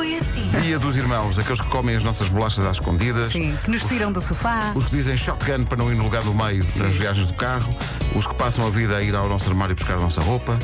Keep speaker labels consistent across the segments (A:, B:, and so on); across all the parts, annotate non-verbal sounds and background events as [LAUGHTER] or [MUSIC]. A: assim.
B: Dia dos Irmãos, aqueles que comem as nossas bolachas às escondidas.
C: Sim, que nos tiram do sofá.
B: Os que dizem shotgun para não ir no lugar do meio nas viagens do carro, os que passam a vida a ir ao nosso armário buscar a nossa roupa,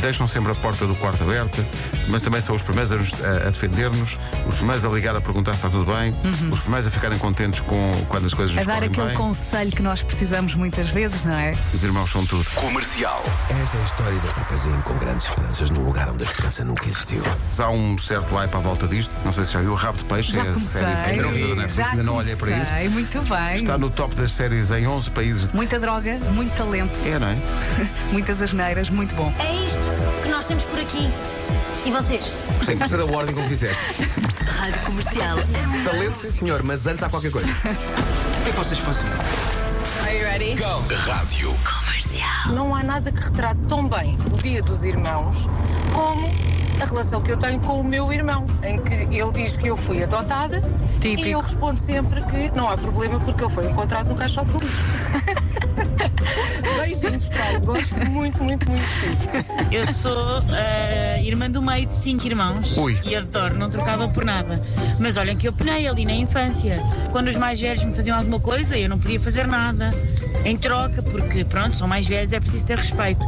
B: deixam sempre a porta do quarto aberta, mas também são os primeiros a, nos- a- a defender-nos, os primeiros a ligar a perguntar se está tudo bem, os primeiros a ficarem contentes com quando as coisas
C: Uhum. A
B: nos
C: dar
B: correm
C: aquele
B: bem.
C: conselho que nós precisamos muitas vezes, não é?
B: Os irmãos são tudo.
D: Comercial.
E: Esta é a história do rapazinho com grandes esperanças num lugar onde a esperança nunca existiu.
B: Há um certo hype à volta disto, não sei se já viu o Rabo de Peixe,
C: Já
B: é a
C: comecei.
B: série portuguesa da Netflix,
C: já
B: ainda não olhei para isso.
C: comecei, Muito bem.
B: Está no top das séries em 11 países.
C: Muita droga, muito talento,
B: É, não é?
C: muitas asneiras, muito bom.
F: É isto que nós temos por aqui. E vocês?
E: Gostei, gostei da ordem como fizeste.
A: Rádio Comercial.
E: Talento, sim senhor, mas antes há qualquer coisa.
D: O que é que vocês fazem?
A: Are you ready?
D: Go. Rádio.
A: Comercial.
G: Não há nada que retrate tão bem o Dia dos Irmãos como a relação que eu tenho com o meu irmão, em que ele diz que eu fui adotada
C: Típico.
G: e eu respondo sempre que não há problema porque ele foi encontrado no caixote do lixo. [LAUGHS] Beijinhos, Paulo. Gosto muito, muito, muito de ti.
H: Eu sou eh, irmã do meio de cinco irmãos
B: Ui.
H: e adoro, não trocava por nada. Mas olhem que eu penei ali na infância. Quando os mais velhos me faziam alguma coisa, eu não podia fazer nada em troca, porque pronto, são mais velhos, é preciso ter respeito.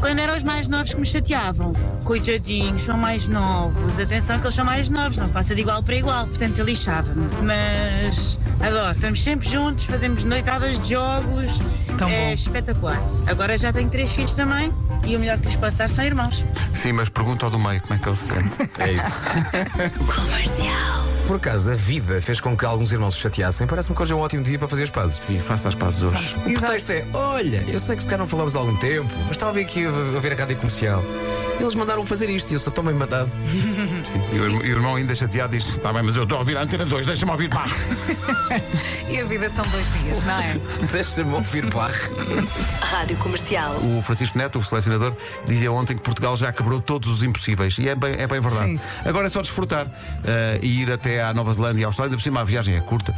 H: Quando eram os mais novos que me chateavam, coitadinhos, são mais novos, atenção que eles são mais novos, não passa de igual para igual, portanto eu lixava-me. Mas adoro, estamos sempre juntos, fazemos noitadas de jogos,
C: Tão
H: é
C: bom.
H: espetacular. Agora já tenho três filhos também e o melhor que lhes posso dar são irmãos.
B: Sim, mas pergunta ao do meio como é que ele se sente.
C: [LAUGHS]
E: É isso.
A: Comercial.
E: Por acaso, a vida fez com que alguns irmãos se chateassem. Parece-me que hoje é um ótimo dia para fazer as pazes.
B: Sim, faça as pazes hoje.
E: O pretexto é: olha, eu sei que se calhar não falamos há algum tempo, mas estava aqui a a ver a rádio comercial. Eles mandaram fazer isto e eu sou tão bem mandado.
B: Sim. E o irmão- e o irmão ainda chateado diz: Está bem, mas eu estou a ouvir a antena 2, deixa-me ouvir,
C: [LAUGHS]
B: pá.
C: E a vida são dois dias,
B: [LAUGHS]
C: não é?
E: [LAUGHS] Deixa-me ouvir barre.
A: Rádio Comercial.
B: O Francisco Neto, o selecionador, dizia ontem que Portugal já quebrou todos os impossíveis. E é bem, é bem verdade.
C: Sim.
B: Agora é só desfrutar eh, e ir até à Nova Zelândia e à Austrália. Ainda Por cima, a viagem é
C: [LAUGHS]
B: curta.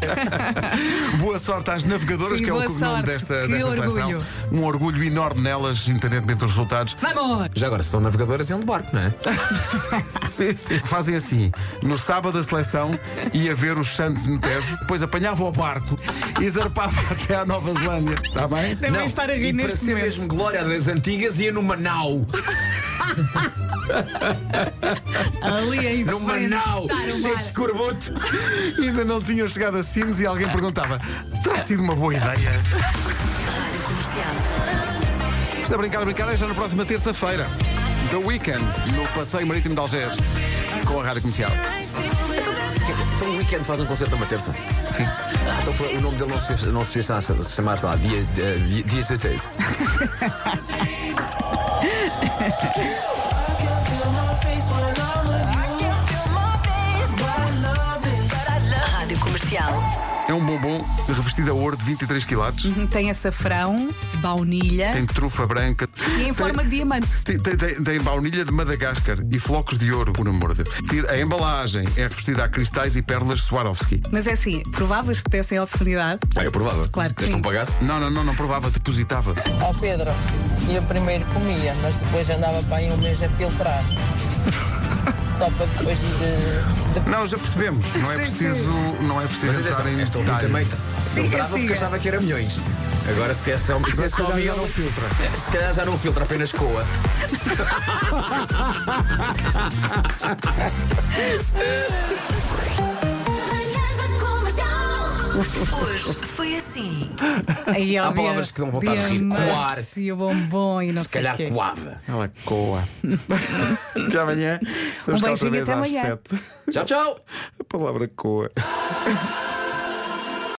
B: [LAUGHS] boa sorte às navegadoras,
C: Sim,
B: que é o
C: boa
B: nome
C: sorte.
B: desta,
C: Que
B: desta seleção.
C: orgulho.
B: Um orgulho enorme nelas, independentemente dos resultados.
C: Vamos!
E: Já agora, se são navegadoras, é um de barco, não é?
B: Sim, sim. Fazem assim: no sábado a seleção ia ver os Santos no Tejo, depois apanhava o barco e zarpava [LAUGHS] até à Nova Zelândia. Está bem?
C: Devem É estar a rir
E: e para
C: neste
E: ser
C: momento.
E: mesmo glória das antigas, ia no Manau.
C: Ali em
E: No
C: frente,
E: Manau,
C: está no
E: cheio
C: mar.
E: de escorbuto.
B: Ainda não tinham chegado a Sines e alguém perguntava: terá sido uma boa ideia?
A: Rádio Comercial.
B: Isto é brincar, a brincar, é já na próxima terça-feira. The Weekend, no Passeio Marítimo de Algés, com a rádio comercial.
E: Quer dizer, Então o Weekend faz um concerto uma terça.
B: Sim.
E: Então pô, o nome dele não se, não se chama, se chamar, sei lá, Dias eh, Dia- Dias 13.
A: Rádio Comercial.
B: É um bombom revestido a ouro de 23 quilates,
C: Tem açafrão, baunilha
B: tem trufa branca.
C: e em forma de diamante.
B: Tem, tem- tem- tem baunilha de Madagascar e flocos de ouro, por amor de Deus. Tira- A embalagem é revestida a cristais e pérolas Swarovski.
C: Mas é assim, provavas que dessem a oportunidade?
E: Ah, é provável.
C: Claro que
E: Desde
C: sim.
E: não pagasse.
B: Não, não, não, não provava, depositava.
G: Ó Pedro, eu primeiro comia, mas depois andava para aí um mês a filtrar. Só para depois de- de
B: Não, já percebemos. Não é
C: Sim,
B: preciso, não é preciso
E: Mas
B: entrar
E: atenção,
B: em
E: esta ouvinte
B: detalhe.
E: também tá- filtrava
C: siga.
E: porque achava que era milhões. Agora se calhar só, se é só
B: calhar já
E: milhão,
B: não filtra.
E: Se calhar já não filtra, apenas coa.
C: Então
A: Hoje foi assim.
C: Aí
E: Há palavras que dão vontade de rir. Coar.
C: E o bombom e não
E: Se
C: sei
E: calhar
C: o quê.
E: coava.
B: Ela coa.
C: [LAUGHS]
B: Até amanhã. Estamos
C: Um
B: cá outra
C: beijinho,
B: vez
C: até
B: às
C: amanhã.
B: sete.
E: Tchau, tchau!
B: A palavra coa.